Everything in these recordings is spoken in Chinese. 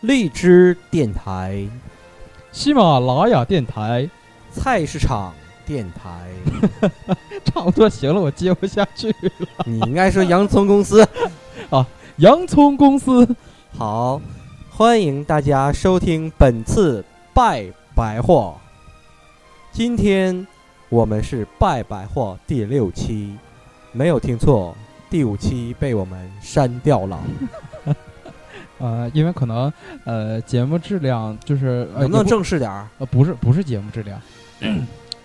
荔枝电台、喜马拉雅电台，菜市场电台，差不多行了，我接不下去。 你应该说洋葱公司。洋葱公司，好，欢迎大家收听本次拜百货。今天我们是拜百货第六期，没有听错，第五期被我们删掉了。呃，因为可能呃节目质量就是呃能不能也正式点儿？呃不是不是节目质量，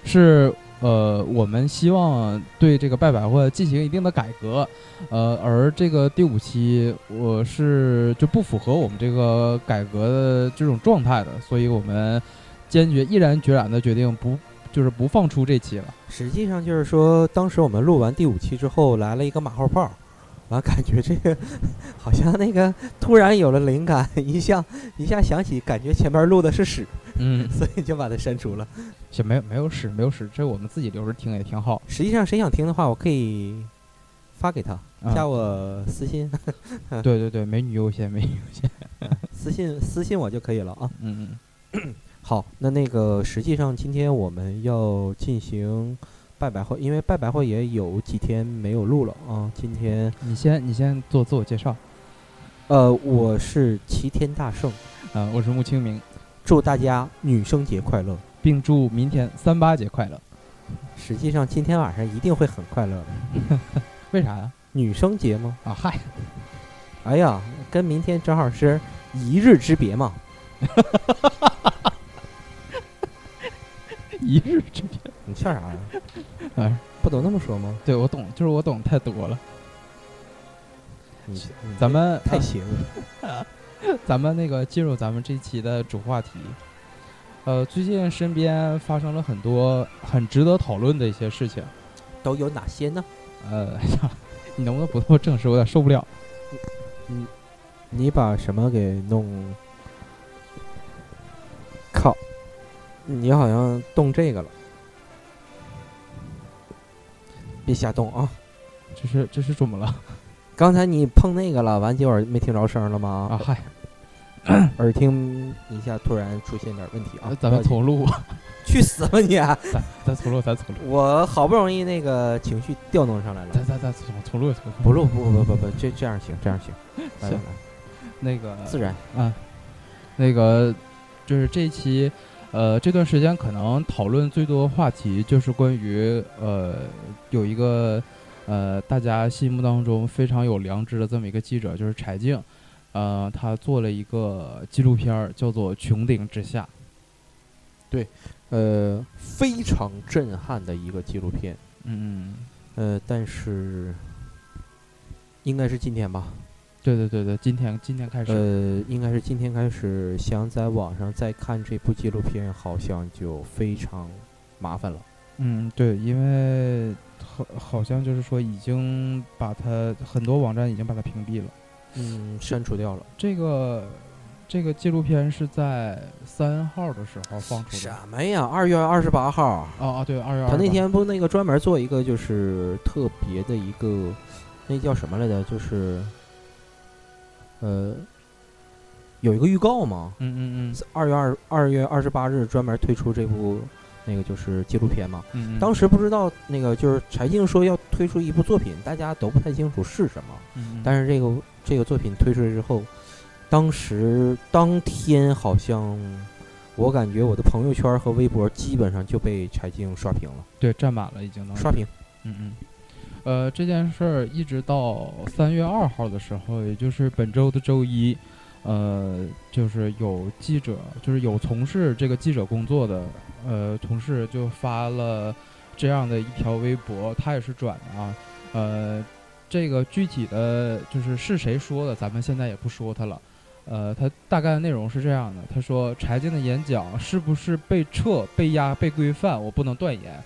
是呃我们希望对这个拜百货进行一定的改革，呃而这个第五期我是就不符合我们这个改革的这种状态的，所以我们坚决毅然决然的决定不就是不放出这期了。实际上就是说，当时我们录完第五期之后，来了一个马后炮，完感觉这个好像那个突然有了灵感，一下一下想起，感觉前面录的是屎，嗯，所以就把它删除了。行，没有没有屎没有屎，这我们自己留着听也挺好。实际上，谁想听的话，我可以发给他，啊加我私信，对对对，美女优先，美女优先。私信私信我就可以了啊。 嗯嗯，好，那那个实际上今天我们要进行拜百货，因为拜百货也有几天没有录了啊。今天你先你先做自我介绍。呃，我是齐天大圣，啊，我是穆清明，祝大家女生节快乐。并祝明天三八节快乐。实际上今天晚上一定会很快乐的，为啥呀？女生节吗？啊嗨，哎呀，跟明天正好是一日之别嘛。一日之别。你笑啥呀？啊，不都那么说吗？ 对我懂，就是我懂太多了。你你咱们太啊邪恶了。咱们那个进入咱们这一期的主话题。呃，最近身边发生了很多很值得讨论的一些事情。都有哪些呢？呃， 你能不能不那么正式？我有点受不了。你把什么给弄？靠！你好像动这个了，别瞎动啊！这是这是怎么了？刚才你碰那个了，完结果没听着声了吗？啊，嗨，耳听一下突然出现点问题啊！咱们不要紧重录，去死吧你！啊咱咱重录，咱重录， 我好不容易那个情绪调动上来了咱，咱咱重重录重录。不录不不不不，这这样行，这样行，来来行来，那个自然。啊，那个就是这一期，呃，这段时间可能讨论最多话题就是关于呃有一个呃大家心目当中非常有良知的这么一个记者，就是柴静，呃，他做了一个纪录片儿叫做《穹顶之下》。呃，非常震撼的一个纪录片。嗯，呃，但是应该是今天吧，对对对对，今天今天开始，呃，应该是今天开始想在网上再看这部纪录片，好像就非常麻烦了。嗯，对，因为好好像就是说已经把它很多网站已经把它屏蔽了。嗯，删除掉了。这个这个纪录片是在三号的时候放出的。什么呀？二月二十八号，哦哦，对，二月二。啊他那天不那个专门做一个就是特别的一个，那叫什么来着？就是呃，有一个预告吗？嗯，嗯嗯二月二二月二十八日专门推出这部那个就是纪录片嘛。嗯嗯，当时时不知道那个就是柴静说要推出一部作品，大家都不太清楚是什么。嗯但是这个这个作品推出来之后，当时当天好像我感觉我的朋友圈和微博基本上就被柴静刷屏了，对占满了已经能刷屏。嗯嗯。呃，这件事儿一直到三月二号的时候，也就是本周的周一，呃，就是有记者，就是有从事这个记者工作的，呃，同事就发了这样的一条微博，他也是转的啊，呃，这个具体的就是是谁说的，咱们现在也不说他了。呃，他大概的内容是这样的，他说柴静的演讲是不是被撤、被压、被规范，我不能断言。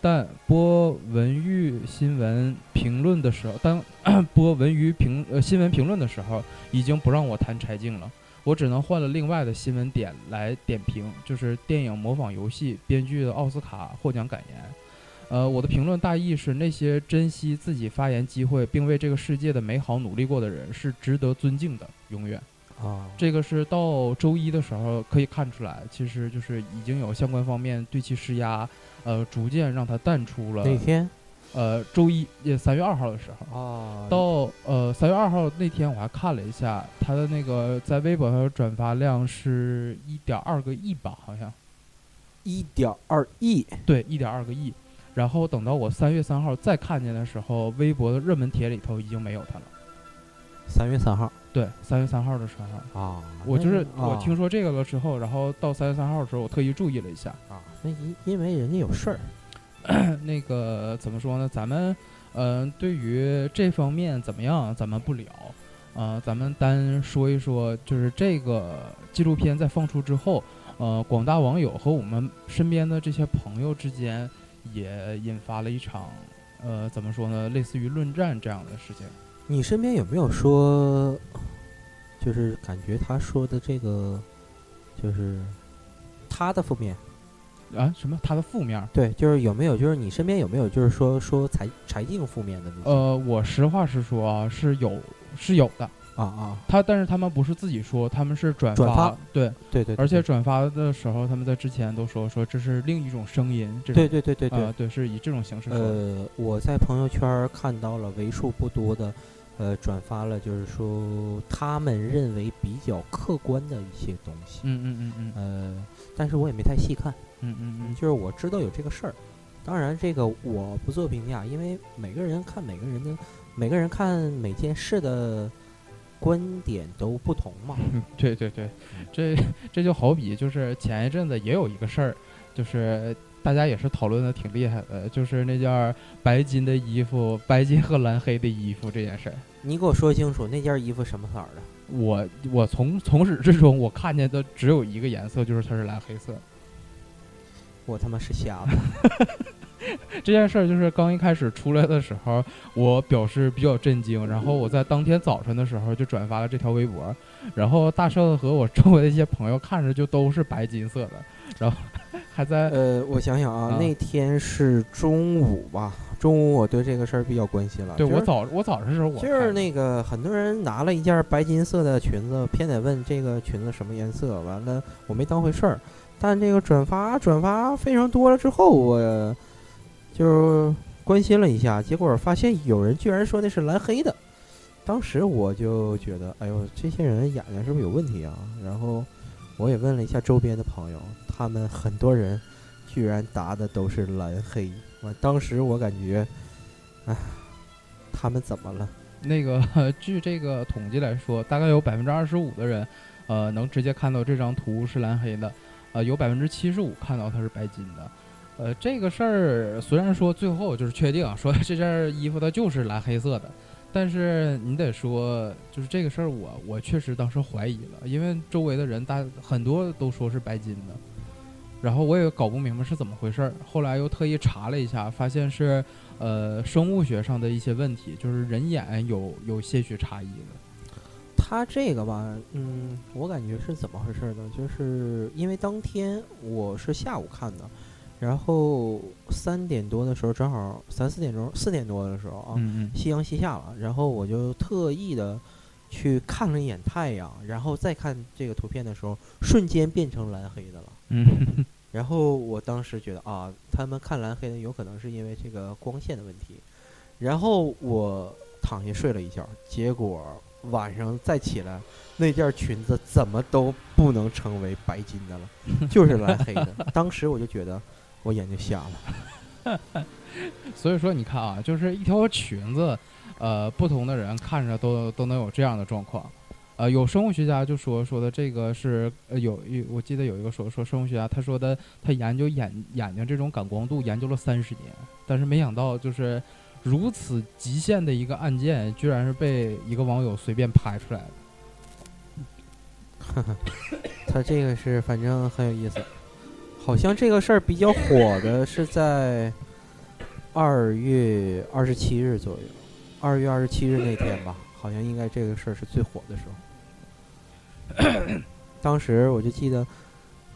但播文娱新闻评论的时候，当 播文娱评呃新闻评论的时候，已经不让我谈柴静了，我只能换了另外的新闻点来点评，就是电影模仿游戏编剧的奥斯卡获奖感言。呃，我的评论大意是：那些珍惜自己发言机会并为这个世界的美好努力过的人是值得尊敬的，永远。啊，这个是到周一的时候可以看出来，其实就是已经有相关方面对其施压，呃，逐渐让它淡出了。哪天呃，周一也三月二号的时候，啊？到呃三月二号那天，我还看了一下他的那个在微博上转发量是一点二个亿吧，好像一点二亿对，一点二个亿。然后等到我三月三号再看见的时候，微博的热门帖里头已经没有他了。三月三号对，三月三号的时候，啊，我就是那我啊听说这个了之后，然后到三月三号的时候，我特意注意了一下。啊，那因因为人家有事儿那个怎么说呢？咱们嗯、呃对于这方面怎么样，咱们不聊。呃，咱们单说一说，就是这个纪录片在放出之后，呃，广大网友和我们身边的这些朋友之间，也引发了一场，呃，怎么说呢，类似于论战这样的事情。你身边有没有说，就是感觉他说的这个，就是他的负面？啊，什么？它的负面儿？对，就是有没有，就是你身边有没有，就是说说柴柴静负面的那些？呃，我实话实说啊，是有是有的。啊啊，他但是他们不是自己说，他们是转转发对，对对，对而且转发的时候，他们在之前都说说这是另一种声音，这种对对对对啊对，对，是以这种形式说的。呃，我在朋友圈儿看到了为数不多的，呃，转发了，就是说他们认为比较客观的一些东西，嗯嗯嗯嗯呃，但是我也没太细看，嗯嗯就是我知道有这个事儿，当然这个我不做评价，因为每个人看每个人的，每个人看每件事的观点都不同嘛，嗯，对对对，这这就好比就是前一阵子也有一个事儿，就是大家也是讨论的挺厉害的，就是那件儿白金的衣服，白金和蓝黑的衣服这件事儿。你给我说清楚那件衣服什么色儿的？我我从从始至终我看见的只有一个颜色，就是它是蓝黑色。我他妈是瞎子这件事儿就是刚一开始出来的时候，我表示比较震惊，然后我在当天早晨的时候就转发了这条微博，然后大圣和我周围的一些朋友看着就都是白金色的，然后还在呃，我想想啊，啊那天是中午吧，中午我对这个事儿比较关心了。对就我是早我早上的时候我就是看那个很多人拿了一件白金色的裙子，偏得问这个裙子什么颜色。完了，我没当回事儿，但这个转发转发非常多了之后，我就关心了一下，结果发现有人居然说那是蓝黑的，当时我就觉得，哎呦，这些人眼睛是不是有问题啊？然后我也问了一下周边的朋友，他们很多人居然答的都是蓝黑，我当时我感觉，哎，他们怎么了？那个据这个统计来说，大概有百分之二十五的人，呃，能直接看到这张图是蓝黑的，呃，有百分之七十五看到它是白金的。呃，这个事儿虽然说最后就是确定啊说这件衣服它就是蓝黑色的，但是你得说，就是这个事儿我我确实当时怀疑了，因为周围的人大很多都说是白金的，然后我也搞不明白是怎么回事儿。后来又特意查了一下，发现是呃生物学上的一些问题，就是人眼有有些许差异的。他这个吧，嗯，我感觉是怎么回事呢？就是因为当天我是下午看的，然后三点多的时候，正好三四点钟，四点多的时候啊，嗯夕阳西下了，然后我就特意的去看了一眼太阳，然后再看这个图片的时候，瞬间变成蓝黑的了。嗯然后我当时觉得啊，他们看蓝黑的有可能是因为这个光线的问题。然后我躺下睡了一觉，结果晚上再起来，那件裙子怎么都不能成为白金的了，就是蓝黑的。当时我就觉得我眼睛瞎了。嗯，所以说你看啊，就是一条裙子，呃，不同的人看着都都能有这样的状况。呃，有生物学家就说说的这个是呃有有，我记得有一个说说生物学家他说的他研究眼眼睛这种感光度研究了三十年，但是没想到就是如此极限的一个案件，居然是被一个网友随便拍出来的。他这个是反正很有意思，好像这个事儿比较火的是在二月二十七日左右，二月二十七日那天吧，好像应该这个事儿是最火的时候。当时我就记得，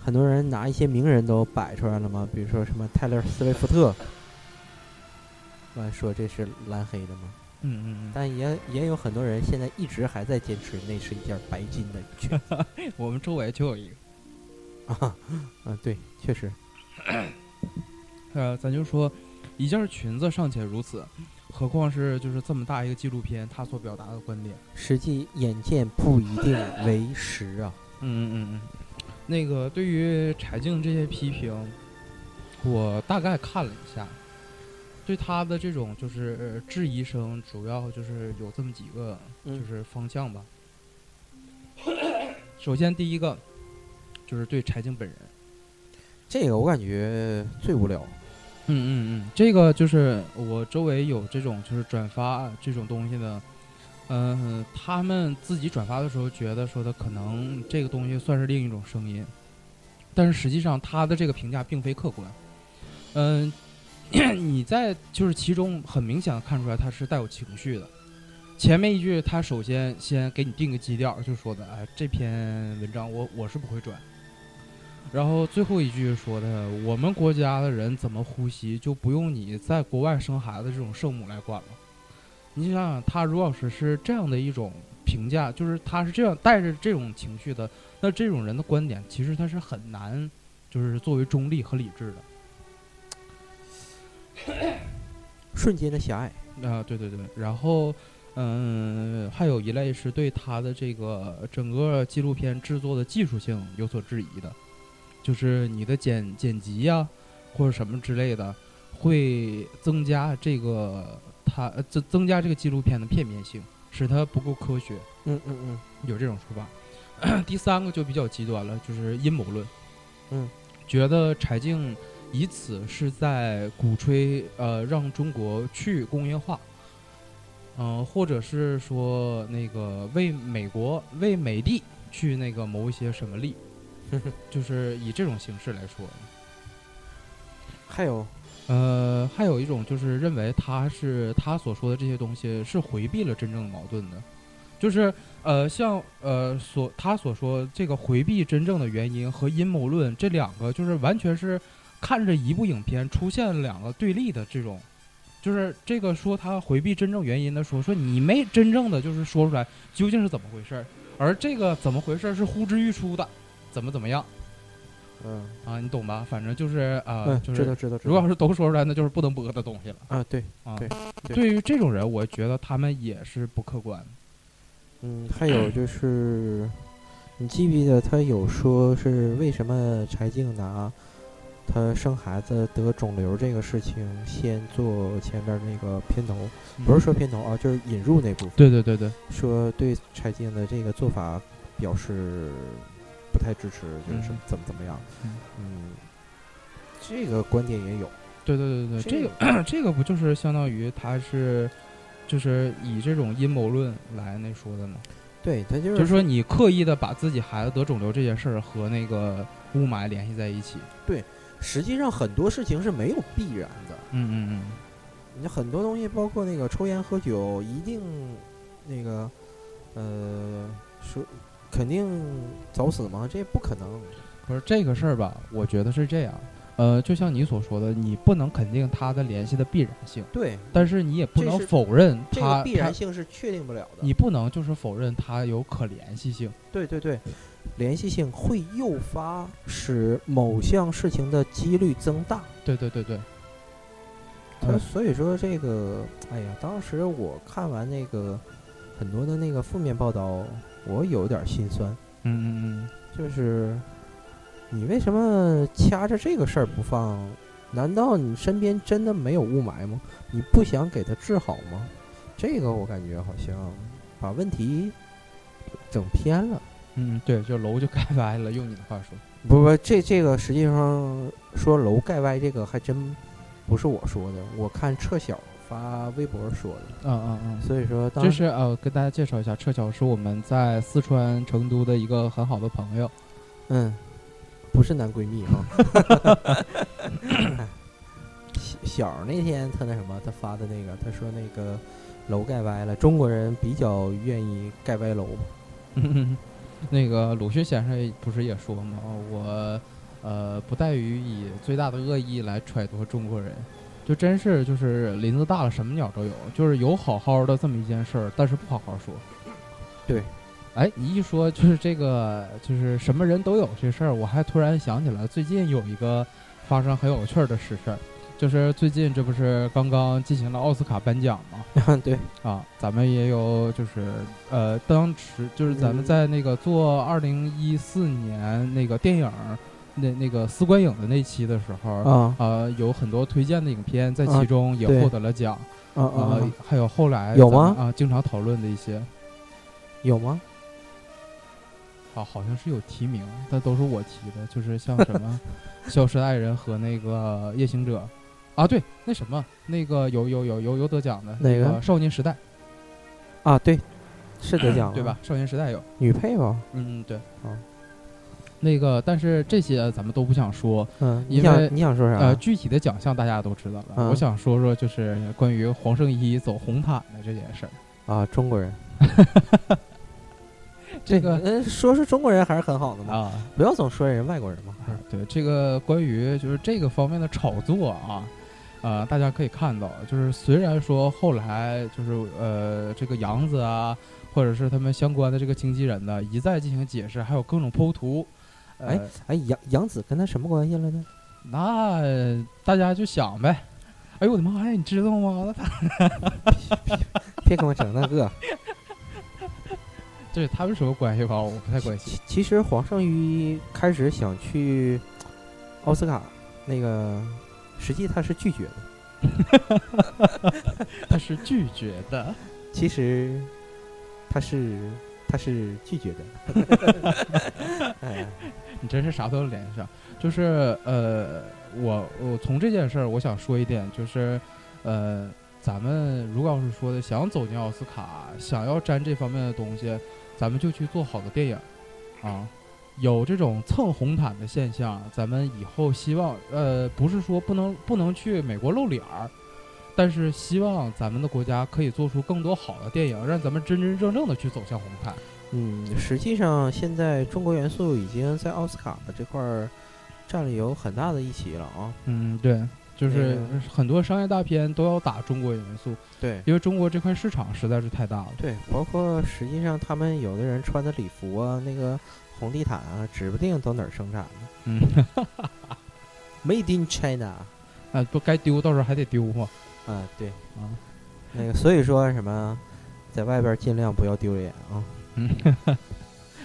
很多人拿一些名人都摆出来了嘛，比如说什么泰勒·斯威夫特，完说这是蓝黑的吗？嗯嗯但也也有很多人现在一直还在坚持那是一件白金的裙子嗯，我们周围就有一个。 啊，嗯，对，确实，呃，咱就说，一件裙子尚且如此，何况是就是这么大一个纪录片，它所表达的观点。实际眼见不一定为实啊。嗯嗯嗯，那个对于柴静这些批评，我大概看了一下，对他的这种就是呃质疑声，主要就是有这么几个嗯就是方向吧。 首先第一个就是对柴静本人，这个我感觉最无聊。嗯嗯嗯，这个就是我周围有这种就是转发这种东西的，嗯、他们自己转发的时候觉得说的可能这个东西算是另一种声音，但是实际上他的这个评价并非客观，嗯、 你在就是其中很明显的看出来他是带有情绪的。前面一句，他首先先给你定个基调，就说的，哎，这篇文章我我是不会转，然后最后一句说的，我们国家的人怎么呼吸，就不用你在国外生孩子这种圣母来管了。你想想，他如果是是这样的一种评价，就是他是这样带着这种情绪的，那这种人的观点其实他是很难，就是作为中立和理智的。瞬间的狭隘，啊，对对对，然后，嗯，还有一类是对他的这个整个纪录片制作的技术性有所质疑的，就是你的剪剪辑呀、或者什么之类的，会增加这个它呃增增加这个纪录片的片面性，使它不够科学，嗯嗯嗯，有这种说法。 第三个就比较极端了，就是阴谋论，嗯，觉得柴静以此是在鼓吹呃让中国去工业化，嗯、或者是说那个为美国为美帝去那个谋一些什么利，就是以这种形式来说。还有呃，还有一种就是认为他是他所说的这些东西是回避了真正的矛盾的，就是呃，像呃所他所说这个回避真正的原因和阴谋论这两个，就是完全是看着一部影片出现两个对立的这种，就是这个说他回避真正原因的说说你没真正的就是说出来究竟是怎么回事儿，而这个怎么回事儿是呼之欲出的，怎么怎么样嗯，啊，你懂吧？反正就是啊、呃嗯，就知道是。知道知如果道要是都说出来，那就是不能播的东西了。啊，对，对对于这种人，我觉得他们也是不客观。嗯，还有就是，你记不记得他有说是为什么柴静拿他生孩子得肿瘤这个事情先做前边儿那个片头，嗯不是说片头啊，就是引入那部分，对对对对，说对柴静的这个做法表示不太支持，就是嗯怎么怎么样嗯，嗯，这个观点也有，对对对对，这个这个不就是相当于他是，就是以这种阴谋论来那说的吗？对他就就是是说你刻意的把自己孩子得肿瘤这件事儿和那个雾霾联系在一起。实际上很多事情是没有必然的，嗯嗯你很多东西，包括那个抽烟喝酒，一定那个呃，说肯定早死吗？这不可能。嗯，不是这个事儿吧？我觉得是这样。呃，就像你所说的，你不能肯定它的联系的必然性，对，但是你也不这能是否认这它个必它然，性是确定不了的。你不能就是否认它有可联系性。对对对，联系性会诱发使某项事情的几率增大。对对对对，他所以说这个，哎呀，当时我看完那个很多的那个负面报道，我有点心酸。嗯嗯就是你为什么掐着这个事儿不放？难道你身边真的没有雾霾吗？你不想给它治好吗？这个我感觉好像把问题整偏了。嗯嗯，对，就楼就盖歪了，用你的话说，不不，这这个实际上说楼盖歪这个还真不是我说的，我看撤小发微博说的。嗯嗯所以说当就是呃，跟大家介绍一下，撤侨是我们在四川成都的一个很好的朋友，嗯，不是男闺蜜哈。小小儿那天他那什么，他发的那个，他说那个楼盖歪了，中国人比较愿意盖歪楼嘛。 那个鲁迅先生不是也说吗？哦我呃不带予以最大的恶意来揣度中国人，就真是就是林子大了，什么鸟都有，就是有好好的这么一件事儿，但是不好好说。对，哎，你一说就是这个，就是什么人都有这事儿，我还突然想起来，最近有一个发生很有趣儿的事事儿，就是最近这不是刚刚进行了奥斯卡颁奖吗？对，啊，咱们也有就是呃，当时就是咱嗯们在那个做二零一四年那个电影儿那那个思观影的那期的时候，啊呃，有很多推荐的影片在啊其中也对获得了奖，啊呃，啊，还有后来有咱吗们啊，经常讨论的一些，有吗？啊，好像是有提名，但都是我提的，就是像什 么《消失的爱人》和那个《夜行者》，啊，对，那什么，那个有有有有有得奖的哪那个《少年时代啊，对，是得奖》，对了吧？？《少年时代》有，女配吧，嗯，对，哦那个，但是这些咱们都不想说，嗯，你因为想你想说呃，啥？具体的奖项大家都知道了。啊嗯我想说说就是关于黄圣依走红毯的这件事儿。啊，中国人，这对个呃说是中国人还是很好嗯的嘛，啊，不要总说人外国人嘛。对这个关于就是这个方面的炒作啊，呃，大家可以看到，就是虽然说后来就是呃这个杨子啊，或者是他们相关的这个经纪人呢，一再进行解释，还有各种剖图，呃、哎，哎，杨杨紫跟他什么关系了呢？那大家就想呗。哎呦我的妈呀！你知道吗？那他别跟我整那 个。这他们什么关系吧？我不太关心。其其实黄圣依开始想去奥斯卡，那个实际他是拒绝的。他 是拒绝的。其实他是他是拒绝的。 哎，你真是啥都能连上。就是呃，我我从这件事儿，我想说一点，就是呃，咱们如果要是说的想走进奥斯卡，想要沾这方面的东西，咱们就去做好的电影啊。有这种蹭红毯的现象，咱们以后希望呃，不是说不能不能去美国露脸儿。但是希望咱们的国家可以做出更多好的电影，让咱们真真正正的去走向红毯。嗯，实际上现在中国元素已经在奥斯卡的这块儿占了有很大的一席了啊。嗯，对，就是嗯很多商业大片都要打中国元素，对因为中国这块市场实在是太大了。对，包括实际上他们有的人穿的礼服啊，那个红地毯啊，指不定都哪儿生产的嗯， ，Made in China 啊，不该丢，到时候还得丢嘛。啊，对，啊，那个所以说什么，在外边儿尽量不要丢脸啊。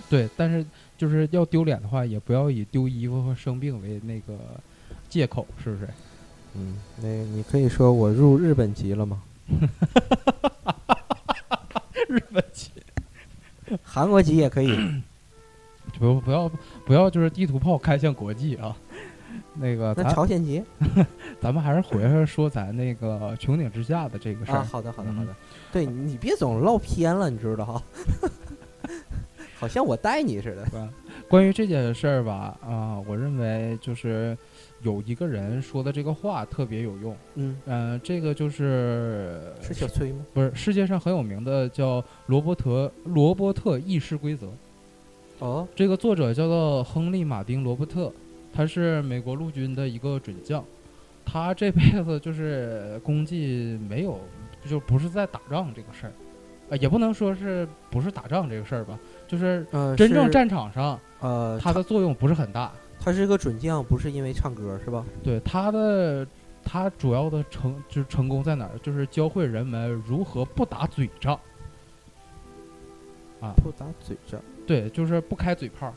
对，但是就是要丢脸的话，也不要以丢衣服和生病为那个借口，是不是？嗯，那个你可以说我入日本籍了吗？ 日本籍，韩国籍也可 以。不不要不要，就是地图炮开向国际啊。那个那咱朝鲜籍咱们还是回来说咱那个穹顶之下的这个事儿、啊，好的好的好嗯的，对你你别总唠偏了，你知道哈， 好像我带你似的。关于这件事儿吧，啊、我认为就是有一个人说的这个话特别有用，嗯，嗯，这个就是是小崔吗？不是世界上很有名的叫罗伯特罗伯特议事规则，哦，这个作者叫做亨利马丁罗伯特，他是美国陆军的一个准将，他这辈子就是功绩没有，就不是在打仗这个事儿，呃，也不能说是不是打仗这个事儿吧，就是呃，真正是战场上呃，它的作用不是很大。他是个准将，不是因为唱歌是吧？对他的他主要的成就是成功在哪儿？就是教会人们如何不打嘴仗，不打嘴仗对，就是不开嘴炮，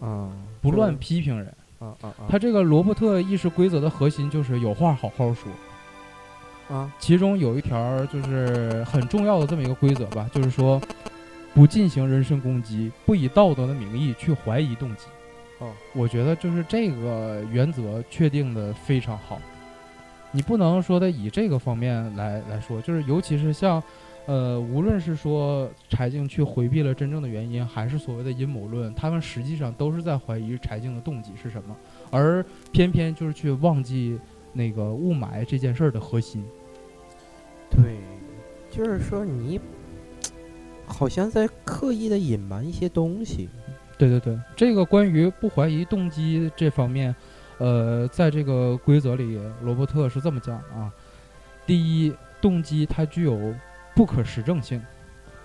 啊，不就是乱批评人。啊啊啊！他这个罗伯特议事规则的核心就是有话好好说。啊，其中有一条儿就是很重要的这么一个规则吧，就是说不进行人身攻击，不以道德的名义去怀疑动机。哦，我觉得就是这个原则确定的非常好，你不能说的以这个方面来来说，就是尤其是像。呃，无论是说柴静去回避了真正的原因，还是所谓的阴谋论，他们实际上都是在怀疑柴静的动机是什么，而偏偏就是去忘记那个雾霾这件事儿的核心。对，就是说你好像在刻意的隐瞒一些东西。对对对，这个关于不怀疑动机这方面，呃，在这个规则里，罗伯特是这么讲的啊，第一，动机它具有不可实证性，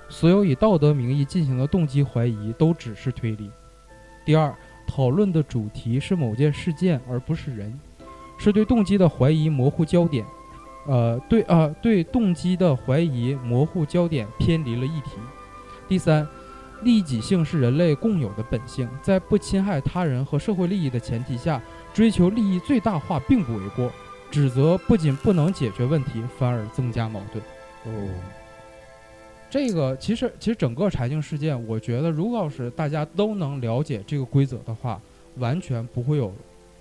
所有以道德名义进行的动机怀疑都只是推理。第二，讨论的主题是某件事件而不是人，是对动机的怀疑模糊焦点，呃，对啊、对动机的怀疑模糊焦点偏离了议题。第三，利己性是人类共有的本性，在不侵害他人和社会利益的前提下，追求利益最大化并不为过。指责不仅不能解决问题，反而增加矛盾。哦，这个其实其实整个柴静事件，我觉得如果要是大家都能了解这个规则的话，完全不会有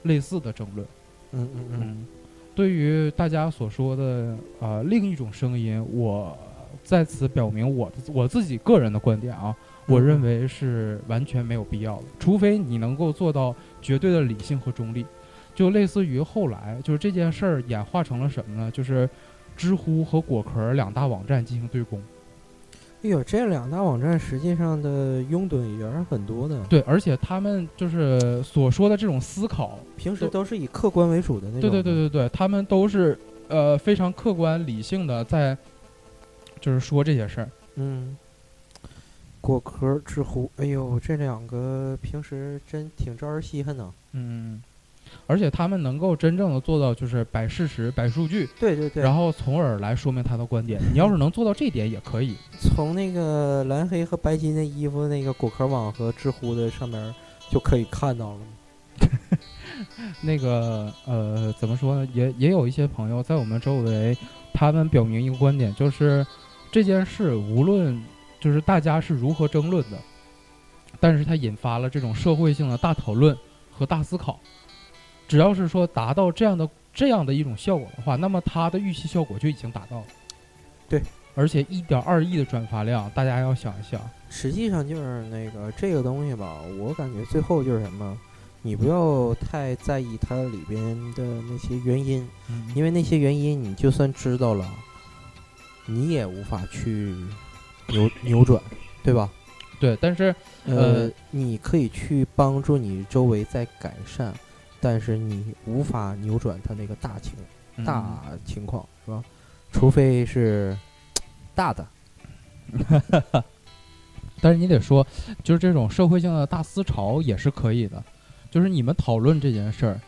类似的争论。嗯嗯嗯，嗯，对于大家所说的呃另一种声音，我在此表明我的我自己个人的观点啊，我认为是完全没有必要的，除非你能够做到绝对的理性和中立。就类似于后来，就是这件事儿演化成了什么呢？就是知乎和果壳两大网站进行对攻。哎呦，这两大网站实际上的拥趸也是很多的，对，而且他们就是所说的这种思考，平时都都是以客观为主的那种。对对对，对对，他们都是呃非常客观理性的在，就是说这些事儿。嗯。果壳、知乎，哎呦，这两个平时真挺招人稀罕呢。嗯，而且他们能够真正的做到就是摆事实、摆数据，对对对，然后从而来说明他的观点。你要是能做到这点也可以。从那个蓝黑和白金的衣服那个果壳网和知乎的上面儿就可以看到了。那个呃，怎么说呢？也也有一些朋友在我们周围，他们表明一个观点，就是这件事无论就是大家是如何争论的，但是它引发了这种社会性的大讨论和大思考。只要是说达到这样的这样的一种效果的话，那么它的预期效果就已经达到了。对，而且一点二亿的转发量，大家要想一想，实际上就是那个这个东西吧，我感觉最后就是什么，你不要太在意它里边的那些原因，因为那些原因你就算知道了，你也无法去扭扭转，对吧？对，但是呃呃，你可以去帮助你周围在改善，但是你无法扭转它那个大情嗯大情况，是吧？除非是大的，但是你得说，就是这种社会性的大思潮也是可以的，就是你们讨论这件事儿，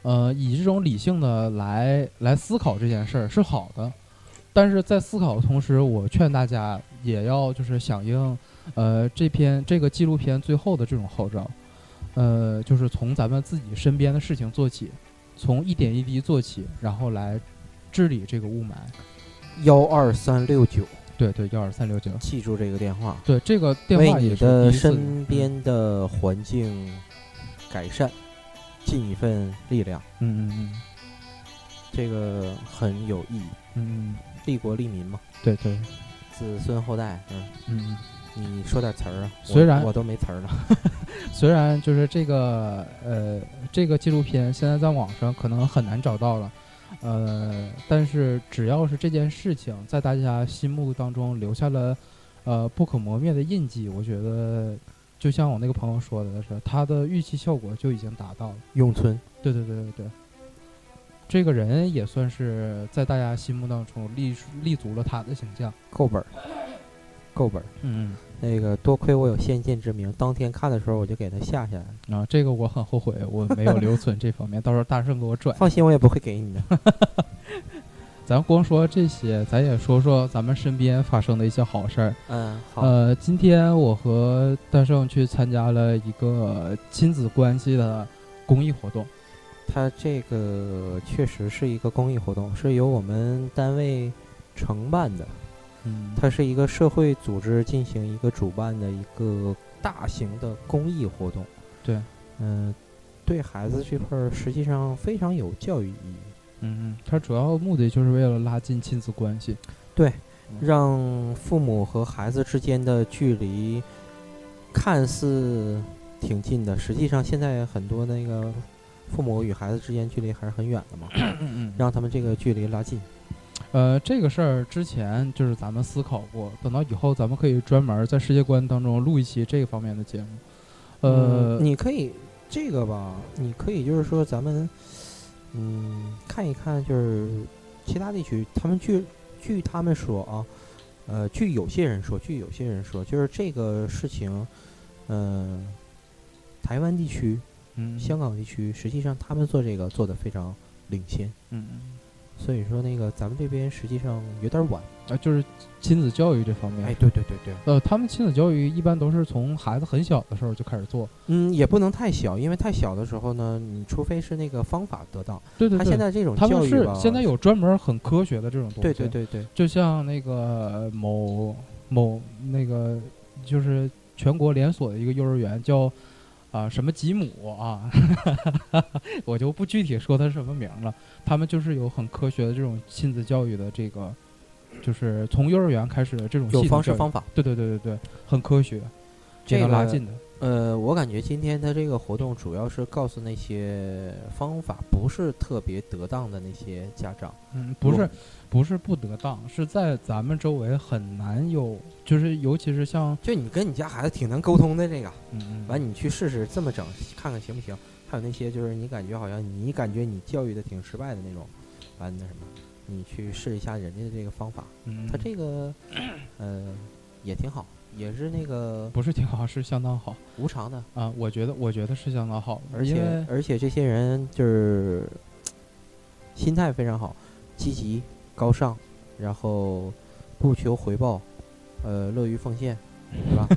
呃，以这种理性的来来思考这件事儿是好的，但是在思考的同时，我劝大家也要就是响应，呃，这篇这个纪录片最后的这种号召，呃，就是从咱们自己身边的事情做起，从一点一滴做起，然后来治理这个雾霾。幺二三六九，对对，幺二三六九，记住这个电话，对这个电为话也你是第的一次嗯身边的环境改善尽一份力量，嗯嗯嗯这个很有意义，嗯嗯，利国利民嘛，对对。子孙后代，嗯，嗯，你说点词儿啊，我虽然我都没词儿了，虽然就是这个呃这个纪录片现在在网上可能很难找到了，呃，但是只要是这件事情在大家心目当中留下了呃不可磨灭的印记，我觉得就像我那个朋友说的是，他的预期效果就已经达到了。永存，对对对对对，这个人也算是在大家心目当中立立足了他的形象。够本儿，够本儿。嗯，那个多亏我有先见之明，当天看的时候我就给他下下来了。啊，这个我很后悔，我没有留存这方面，到时候大圣给我转。放心，我也不会给你的。咱光说这些，咱也说说咱们身边发生的一些好事儿。嗯，好，呃，今天我和大圣去参加了一个亲子关系的公益活动。它这个确实是一个公益活动，是由我们单位承办的，嗯它是一个社会组织进行一个主办的一个大型的公益活动。对，嗯、对孩子这块儿实际上非常有教育意义，嗯，它主要目的就是为了拉近亲子关系。嗯让父母和孩子之间的距离看似挺近的，实际上现在很多那个父母与孩子之间距离还是很远的嘛，嗯让他们这个距离拉近。呃，这个事儿之前就是咱们思考过，等到以后咱们可以专门在世界观当中录一期这方面的节目。呃，嗯你可以这个吧，你可以就是说咱们，嗯，看一看就是其他地区，他们据据他们说啊，呃，据有些人说，据有些人说，就是这个事情，嗯、台湾地区、嗯，香港地区，实际上他们做这个做的非常领先，嗯嗯，所以说那个咱们这边实际上有点晚。啊，就是亲子教育这方面，哎，对对对对，呃，他们亲子教育一般都是从孩子很小的时候就开始做，嗯，也不能太小，因为太小的时候呢，你除非是那个方法得当，对对他对，现在这种他教们育是吧，现在有专门很科学的这种东西，对对，对对，就像那个呃某某那个就是全国连锁的一个幼儿园叫啊、什么吉姆啊， 我就不具体说它是什么名了，他们就是有很科学的这种亲子教育的这个，就是从幼儿园开始的这种有系统方教式育方法。对对对对对，很科学，这能拉个近的。呃，我感觉今天他这个活动主要是告诉那些方法不是特别得当的那些家长，嗯，不我是，不是不得当，是在咱们周围很难有，就是尤其是像，就你跟你家孩子挺难沟通的这个，嗯，完你去试试这么整，看看行不行。还有那些就是你感觉好像你感觉你教育的挺失败的那种，完那什么，你去试一下人家的这个方法，嗯，他这个呃也挺好，也是那个不是挺好，是相当好无偿的，啊，我觉得，我觉得是相当好的，而因且为而且这些人就是心态非常好，积极高尚，然后不求回报，呃，乐于奉献，是吧？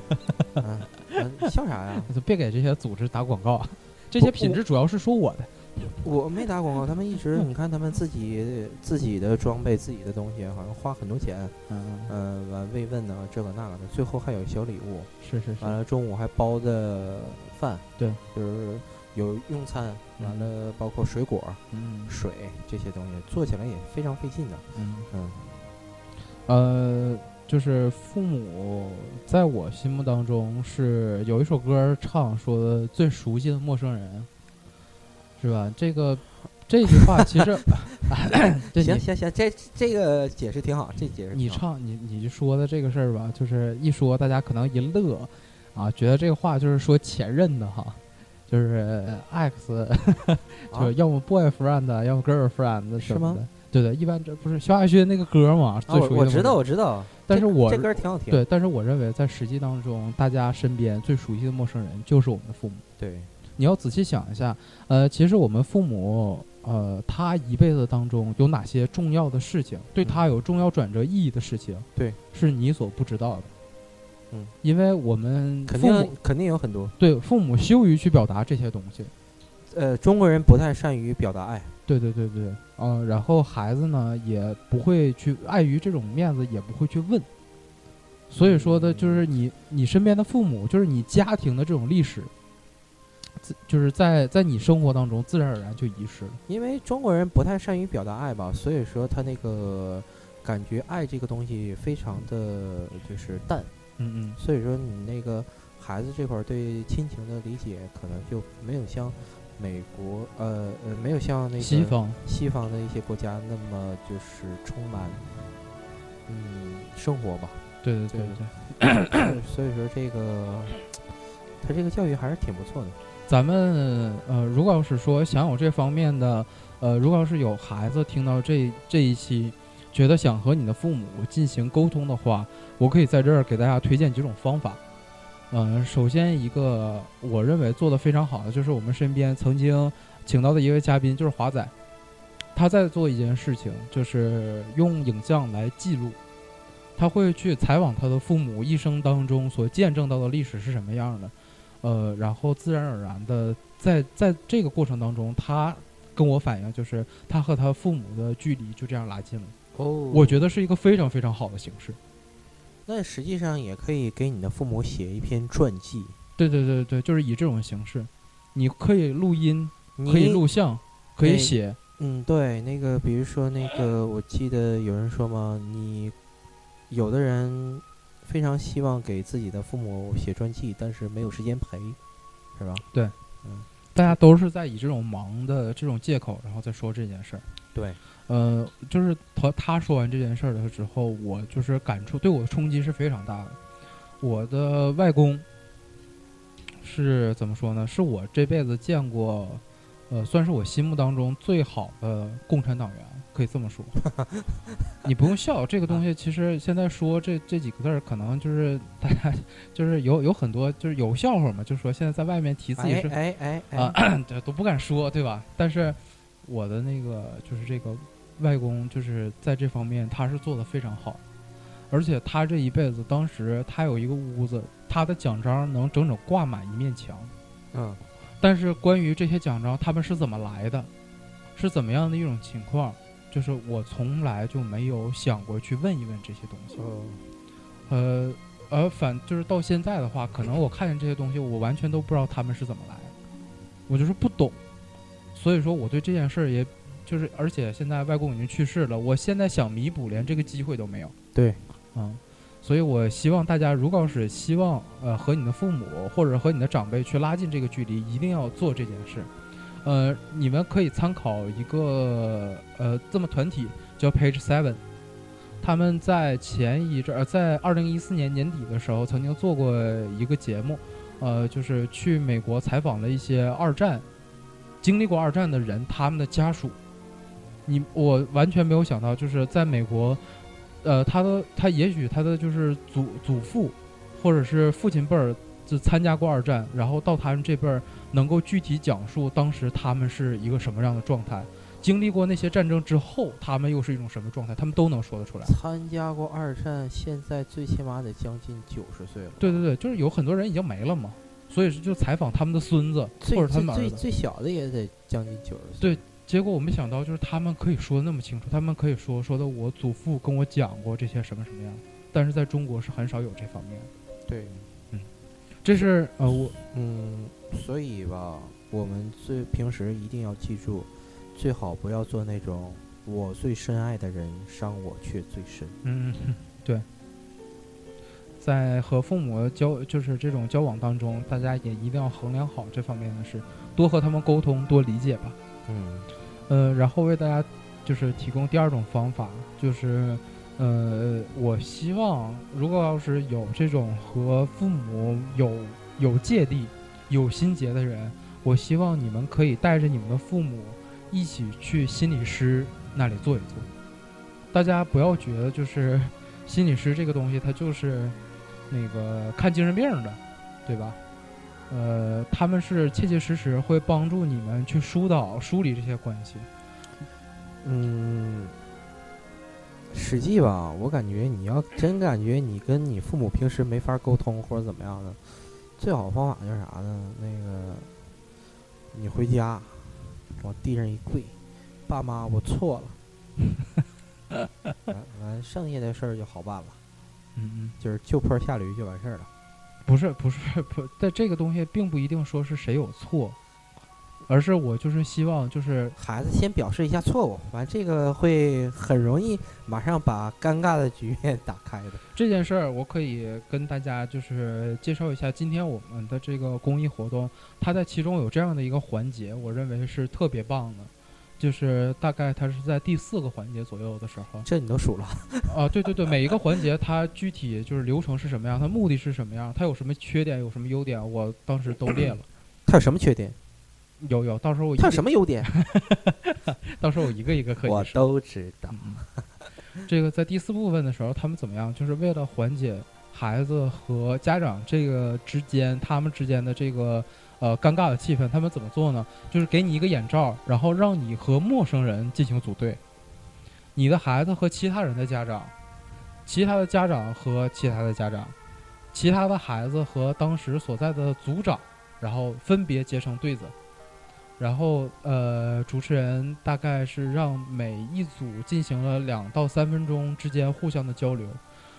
嗯、嗯笑啥呀？就别给这些组织打广告啊， 这些不品我质主要是说我的，我没打广告，他们一直你看他们自己自己的装备、自己的东西，好像花很多钱，嗯，嗯、完慰问呢，这个那个的，最后还有小礼物，是是完是，了中午还包的饭，对，就是有用餐，完了包括水果、嗯水这些东西，做起来也非常费劲的。嗯，嗯，呃，就是父母在我心目当中是有一首歌唱说的最熟悉的陌生人，是吧？这个这句话其 实，对行你行行，这这个解释挺好，这解释你挺好唱你你就说的这个事儿吧，就是一说大家可能一乐啊，觉得这个话就是说前任的哈。就是 X，就 啊是要么 boyfriend，、要么 girlfriend，是什么吗的？对对，一般这不是萧亚轩那个歌嘛？啊，最我熟悉我的知道陌生人，我知道，但这是我这歌儿挺好听。对，但是我认为在实际当中，大家身边最熟悉的陌生人就是我们的父母。对，你要仔细想一下，呃，其实我们父母，呃，他一辈子当中有哪些重要的事情，对他有重要转折意义的事情，嗯对，是你所不知道的。嗯，因为我们肯父母定肯定有很多。对父母羞于去表达这些东西。呃，中国人不太善于表达爱，对对对对，嗯、然后孩子呢也不会去，碍于这种面子也不会去问。所以说呢，就是你你身边的父母，就是你家庭的这种历史，自就是在在你生活当中自然而然就遗失了。因为中国人不太善于表达爱吧，所以说他那个感觉爱这个东西非常的就是淡，嗯嗯，所以说你那个孩子这块儿对亲情的理解可能就没有像美国呃呃没有像那个西方，西方的一些国家那么就是充满嗯生活 吧，对对对对对，所以说这个他这个教育还是挺不错的。咱们呃，如果要是说想有这方面的，呃，如果要是有孩子听到这这一期，觉得想和你的父母进行沟通的话，我可以在这儿给大家推荐几种方法。嗯、首先一个我认为做的非常好的，就是我们身边曾经请到的一位嘉宾，就是华仔，他在做一件事情，就是用影像来记录，他会去采访他的父母一生当中所见证到的历史是什么样的，呃，然后自然而然的在在这个过程当中，他跟我反映就是他和他父母的距离就这样拉近了，哦，我觉得是一个非常非常好的形式。那实际上也可以给你的父母写一篇传记，对对对对，就是以这种形式，你可以录音，你可以录像，可以对写，嗯，对，那个比如说那个，我记得有人说嘛，你有的人非常希望给自己的父母写传记，但是没有时间陪，是吧？大家都是在以这种忙的这种借口，然后再说这件事儿。对，呃，就是他他说完这件事儿了之后，我就是感触对我的冲击是非常大的。我的外公是怎么说呢？是我这辈子见过呃，算是我心目当中最好的共产党员，可以这么说。你不用笑，这个东西其实现在说这这几个字儿，可能就是大家就是有有很多就是有笑话嘛，就说现在在外面提自己是哎哎哎啊哎，对都不敢说，对吧？但是我的那个就是这个外公，就是在这方面他是做的非常好，而且他这一辈子，当时他有一个屋子，他的奖章能整整挂满一面墙。嗯但是关于这些奖章，他们是怎么来的，是怎么样的一种情况，就是我从来就没有想过去问一问这些东西。哦呃，而反就是到现在的话，可能我看见这些东西，我完全都不知道他们是怎么来的，我就是不懂。所以说，我对这件事儿也，就是而且现在外公已经去世了，我现在想弥补，连这个机会都没有。对，嗯，所以我希望大家，如果要是希望呃和你的父母或者和你的长辈去拉近这个距离，一定要做这件事。呃，你们可以参考一个呃这么团体叫 Page Seven，他们在前一阵儿，呃在二零一四年年底的时候，曾经做过一个节目，呃，就是去美国采访了一些二战经历过二战的人，他们的家属。你我完全没有想到，就是在美国，呃，他的他也许他的就是祖祖父，或者是父亲辈儿就参加过二战，然后到他们这辈儿能够具体讲述当时他们是一个什么样的状态，经历过那些战争之后，他们又是一种什么状态，他们都能说得出来。参加过二战，现在最起码得将近九十岁了。对对对，就是有很多人已经没了嘛，所以是就采访他们的孙子或最者他最们儿最子。最小的也得将近九十岁。对结果我没想到，就是他们可以说的那么清楚，他们可以说说的我祖父跟我讲过这些什么什么样，但是在中国是很少有这方面。对，这是呃我嗯，所以吧，我们最平时一定要记住，最好不要做那种我最深爱的人伤我却最深。嗯对，在和父母交就是这种交往当中，大家也一定要衡量好这方面的事，多和他们沟通，多理解吧。嗯，呃，然后为大家就是提供第二种方法，就是呃，我希望如果要是有这种和父母有有芥蒂、有心结的人，我希望你们可以带着你们的父母一起去心理师那里做一做。大家不要觉得就是心理师这个东西，它就是那个看精神病的，对吧？呃，他们是切切实实会帮助你们去疏导、梳理这些关系。嗯，实际吧，我感觉你要真感觉你跟你父母平时没法沟通或者怎么样的，最好的方法就是啥呢？那个，你回家往地上一跪，爸妈，我错了。完完，剩下的事儿就好办了，嗯嗯，就是就坡下驴就完事儿了。不是不是 不，但这个东西并不一定说是谁有错，而是我就是希望就是孩子先表示一下错误，完这个会很容易马上把尴尬的局面打开的。这件事儿，我可以跟大家就是介绍一下，今天我们的这个公益活动，它在其中有这样的一个环节，我认为是特别棒的，就是大概它是在第四个环节左右的时候，这你都数了，啊，对对对，每一个环节它具体就是流程是什么样，它目的是什么样，它有什么缺点，有什么优点，我当时都列了。他有什么缺点？有有，到时候我一他有个什么优点？到时候我一个一个可以嗯我说。都知道。嗯 这个在第四部分的时候，他们怎么样？就是为了缓解孩子和家长这个之间他们之间的这个呃尴尬的气氛，他们怎么做呢？就是给你一个眼罩，然后让你和陌生人进行组队，你的孩子和其他人的家长，其他的家长和其他的家长，其他的孩子和当时所在的组长，然后分别结成对子。然后，呃，主持人大概是让每一组进行了两到三分钟之间互相的交流。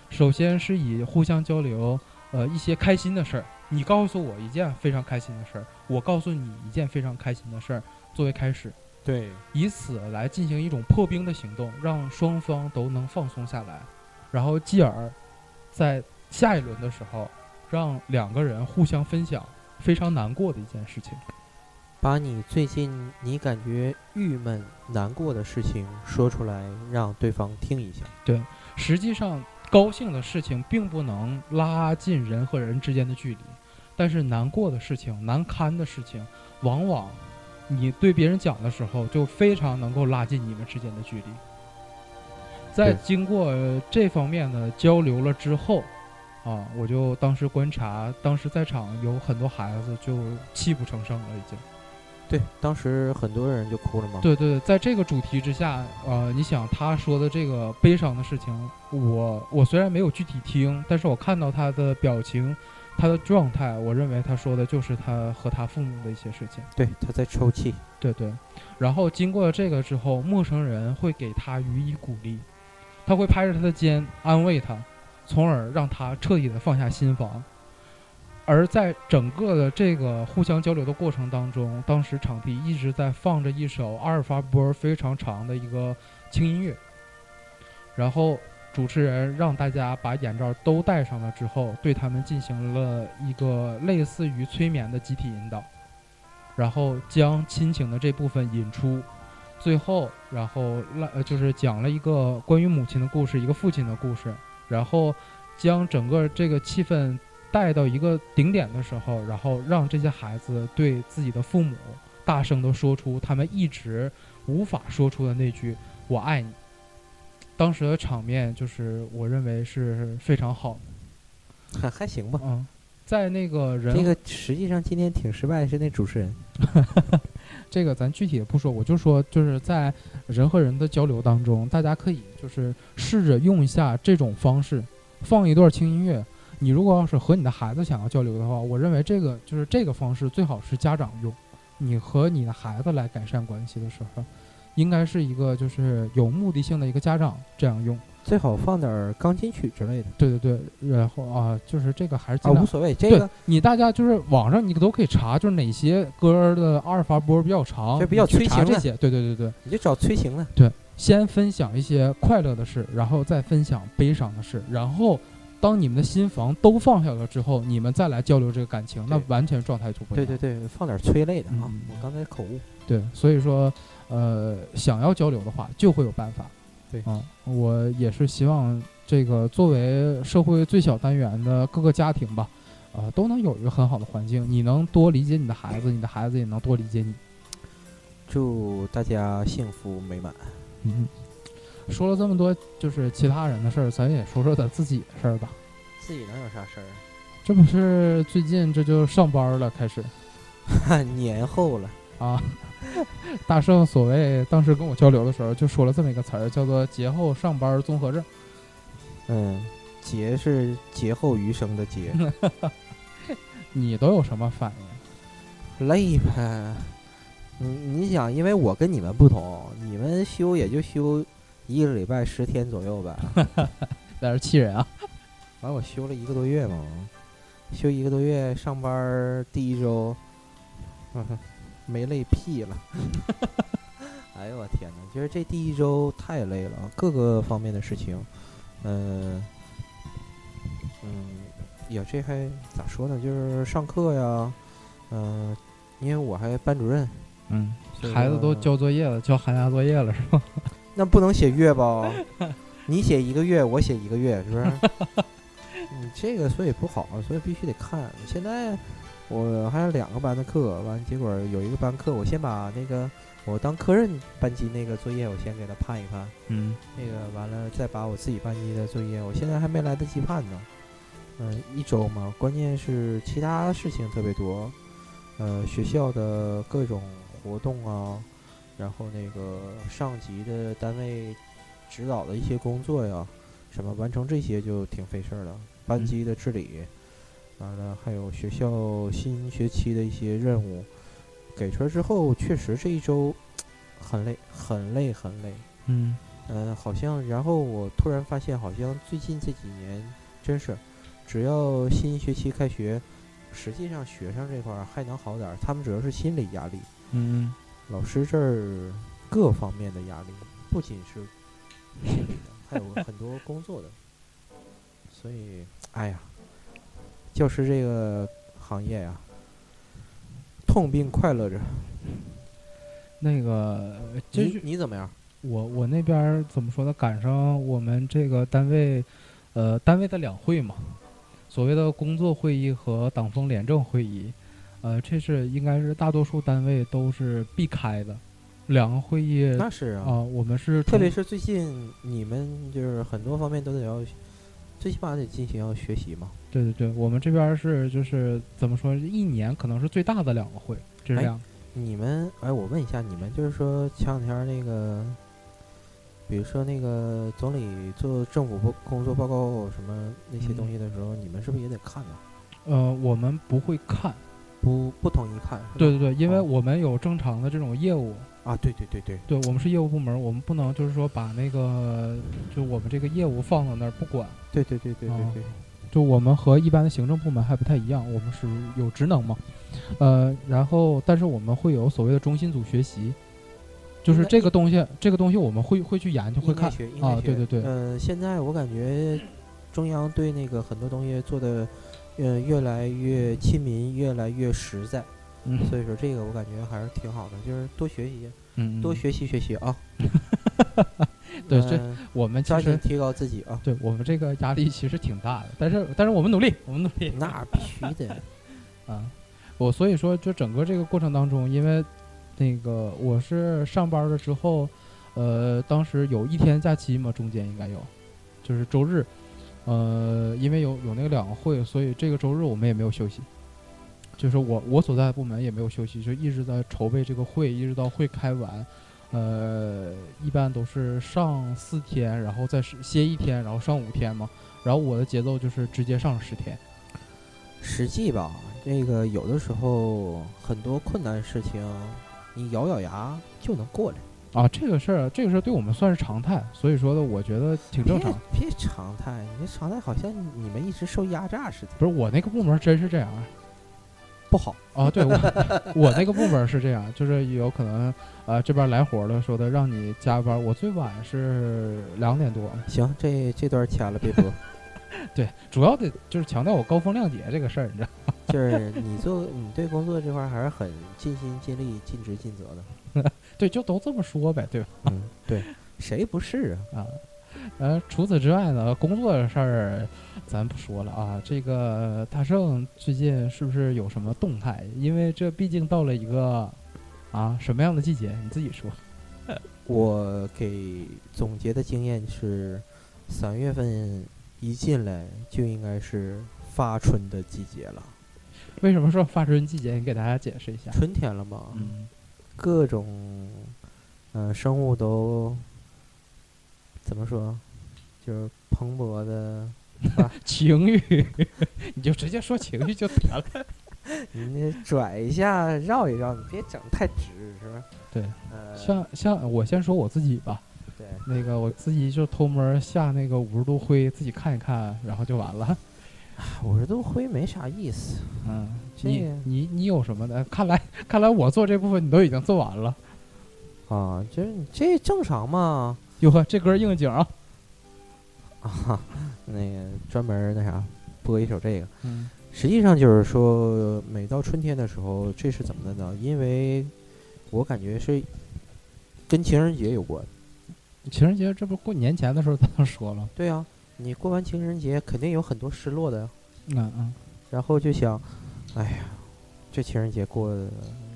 首先是以互相交流，呃，一些开心的事儿，你告诉我一件非常开心的事儿，我告诉你一件非常开心的事儿作为开始，对，以此来进行一种破冰的行动，让双方都能放松下来，然后继而在下一轮的时候，让两个人互相分享非常难过的一件事情。把你最近你感觉郁闷、难过的事情说出来，让对方听一下。实际上，高兴的事情并不能拉近人和人之间的距离，但是难过的事情、难堪的事情，往往你对别人讲的时候，就非常能够拉近你们之间的距离。在对经过这方面的交流了之后，啊，我就当时观察，当时在场有很多孩子就泣不成声了，已经。对，当时很多人就哭了嘛。对对对，在这个主题之下，呃，你想他说的这个悲伤的事情，我我虽然没有具体听，但是我看到他的表情，他的状态，我认为他说的就是他和他父母的一些事情。对，他在抽泣。对对，然后经过这个之后，陌生人会给他予以鼓励，他会拍着他的肩安慰他，从而让他彻底的放下心防。而在整个的这个互相交流的过程当中，当时场地一直在放着一首阿尔法波非常长的一个轻音乐，然后主持人让大家把眼罩都戴上了之后，对他们进行了一个类似于催眠的集体引导。然后将亲情的这部分引出，最后然后拉呃就是讲了一个关于母亲的故事，一个父亲的故事，然后将整个这个气氛带到一个顶点的时候，然后让这些孩子对自己的父母大声的说出他们一直无法说出的那句“我爱你”。当时的场面就是我认为是非常好还还行的，吧。嗯，在那个人这个实际上今天挺失败的是那主持人，这个咱具体也不说，我就说就是在人和人的交流当中，大家可以就是试着用一下这种方式，放一段轻音乐。你如果要是和你的孩子想要交流的话，我认为这个就是这个方式最好是家长用，你和你的孩子来改善关系的时候，应该是一个就是有目的性的一个家长这样用。最好放点儿钢琴曲之类的对对对，然后啊，就是这个还是啊，尽量无所谓。这个对你大家就是网上你都可以查，就是哪些歌的阿尔法波比较长，就比较你去催情查啊这的些。对对对对，你就找催情的，先分享一些快乐的事，然后再分享悲伤的事，然后当你们的心房都放下了之后，你们再来交流这个感情，那对完全状态就不一对样。对对，放点儿催泪的啊嗯。我刚才口误，对所以说，呃，想要交流的话，就会有办法。对啊、我也是希望这个作为社会最小单元的各个家庭吧，啊、都能有一个很好的环境，你能多理解你的孩子，你的孩子也能多理解你。祝大家幸福美满。嗯，说了这么多就是其他人的事儿，咱也说说咱自己的事儿吧。自己能有啥事儿？这不是最近这就上班了，开始啊 年后了，啊。大圣所谓当时跟我交流的时候，就说了这么一个词儿，叫做“节后上班综合症嗯，劫是劫后余生的劫，”。你都有什么反应？累呗。你你想，因为我跟你们不同，你们休也就休一个礼拜十天左右吧。在这气人啊！完，我休了一个多月嘛，休一个多月，上班儿第一周，嗯没累屁了。 哎呦我天哪，就是这第一周太累了，各个方面的事情，嗯、嗯，也这还咋说呢？就是上课呀，嗯、因为我还班主任，嗯，所以孩子都说交作业了，交寒假作业了是吧？那不能写月吧？你写一个月，我写一个月，是不是？你这个所以不好，啊所以必须得看。现在我还有两个班的课，完结果有一个班课，我先把那个我当科任班级那个作业，我先给他判一判。嗯，那个完了，再把我自己班级的作业，我现在还没来得及判呢。嗯、一周嘛，关键是其他事情特别多，呃，学校的各种活动啊，然后那个上级的单位指导的一些工作呀，什么完成这些就挺费事儿了。班级的治理，完了还有学校新学期的一些任务，给出来之后，确实这一周很累，很累，很累。嗯，嗯，好像，然后我突然发现，好像最近这几年，真是，只要新学期开学，实际上学生这块儿还能好点儿，他们主要是心理压力，嗯，老师这儿各方面的压力，不仅是心理的，还有很多工作的，所以，哎呀，教师这个行业呀、痛并快乐着。那个呃继你续，你怎么样？我我那边儿怎么说呢？赶上我们这个单位，呃，单位的两会嘛，所谓的工作会议和党风廉政会议。呃，这是应该是大多数单位都是避开的，两个会议啊、那是啊，我们是特别重是最近你们就是很多方面都得要，最起码得进行要学习嘛。对对对，我们这边是就是怎么说，一年可能是最大的两个会，这是哎这样。你们，哎，我问一下，你们就是说前两天那个，比如说那个总理做政府报工作报告什么那些嗯东西的时候，你们是不是也得看呢？呃，我们不会看，不不统一看，是吧对对对，因为哦我们有正常的这种业务，啊，对对对对，对我们是业务部门，我们不能就是说把那个就我们这个业务放到那儿不管。对对对对哦对对，就我们和一般的行政部门还不太一样，我们是有职能嘛，呃，然后但是我们会有所谓的中心组学习，就是应该这个东西，这个东西我们会会去研究，会应该看学，应该啊学，，对对对，呃，现在我感觉中央对那个很多东西做的，呃，越来越亲民，越来越实在，嗯所以说这个我感觉还是挺好的，就是多学习，嗯，嗯多，学习学习啊。 对这呃我们其抓紧实提高自己啊。对我们这个压力其实挺大的，但是但是我们努力，我们努力那必须的，啊，我所以说就整个这个过程当中，因为那个我是上班了之后，呃，当时有一天假期嘛，中间应该有，就是周日，呃，因为有有那个两个会，所以这个周日我们也没有休息，就是我我所在的部门也没有休息，就一直在筹备这个会，一直到会开完。呃，一般都是上四天，然后再是歇一天，然后上五天嘛。然后我的节奏就是直接上十天。实际吧，这个有的时候很多困难事情，你咬咬牙就能过来，啊，这个事儿，这个事儿对我们算是常态，所以说呢，我觉得挺正常。别别常态，你这常态好像你们一直受压榨似的，不是我那个部门真是这样不好。啊，对我我那个部门是这样，就是有可能呃这边来活了，说的让你加班，我最晚是两点多。行，这这段掐了，别 播。对，主要得就是强调我高风亮节这个事儿，你知道。就是你做你对工作这块儿还是很尽心尽力、尽职尽责的。对，就都这么说呗，对吧？嗯，对，谁不是啊？啊，呃，除此之外呢，工作的事儿咱不说了啊。这个大圣最近是不是有什么动态？因为这毕竟到了一个啊什么样的季节，你自己说。我给总结的经验是，三月份一进来就应该是发春的季节了，为什么说发春季节？你给大家解释一下。春天了嘛， 嗯，各种嗯、呃生物都怎么说，就是蓬勃的。情欲， 你就直接说情欲就得了。你那拽一下，绕一绕，你别整太直，是吧？对，呃，像像我先说我自己吧，对，那个我自己就偷摸儿下那个五十度灰，自己看一看，然后就完了。五十度灰没啥意思。嗯，这你个你你有什么的？ 看来看来我做这部分你都已经做完了。啊，就是你这正常嘛哟呵，这歌应景啊。啊，那个专门儿那啥播一首这个。嗯实际上就是说，每到春天的时候，这是怎么的呢？因为我感觉是跟情人节有关。情人节这不过年前的时候咱都说了。对啊，你过完情人节肯定有很多失落的呀，嗯嗯，然后就想，哎呀，这情人节过得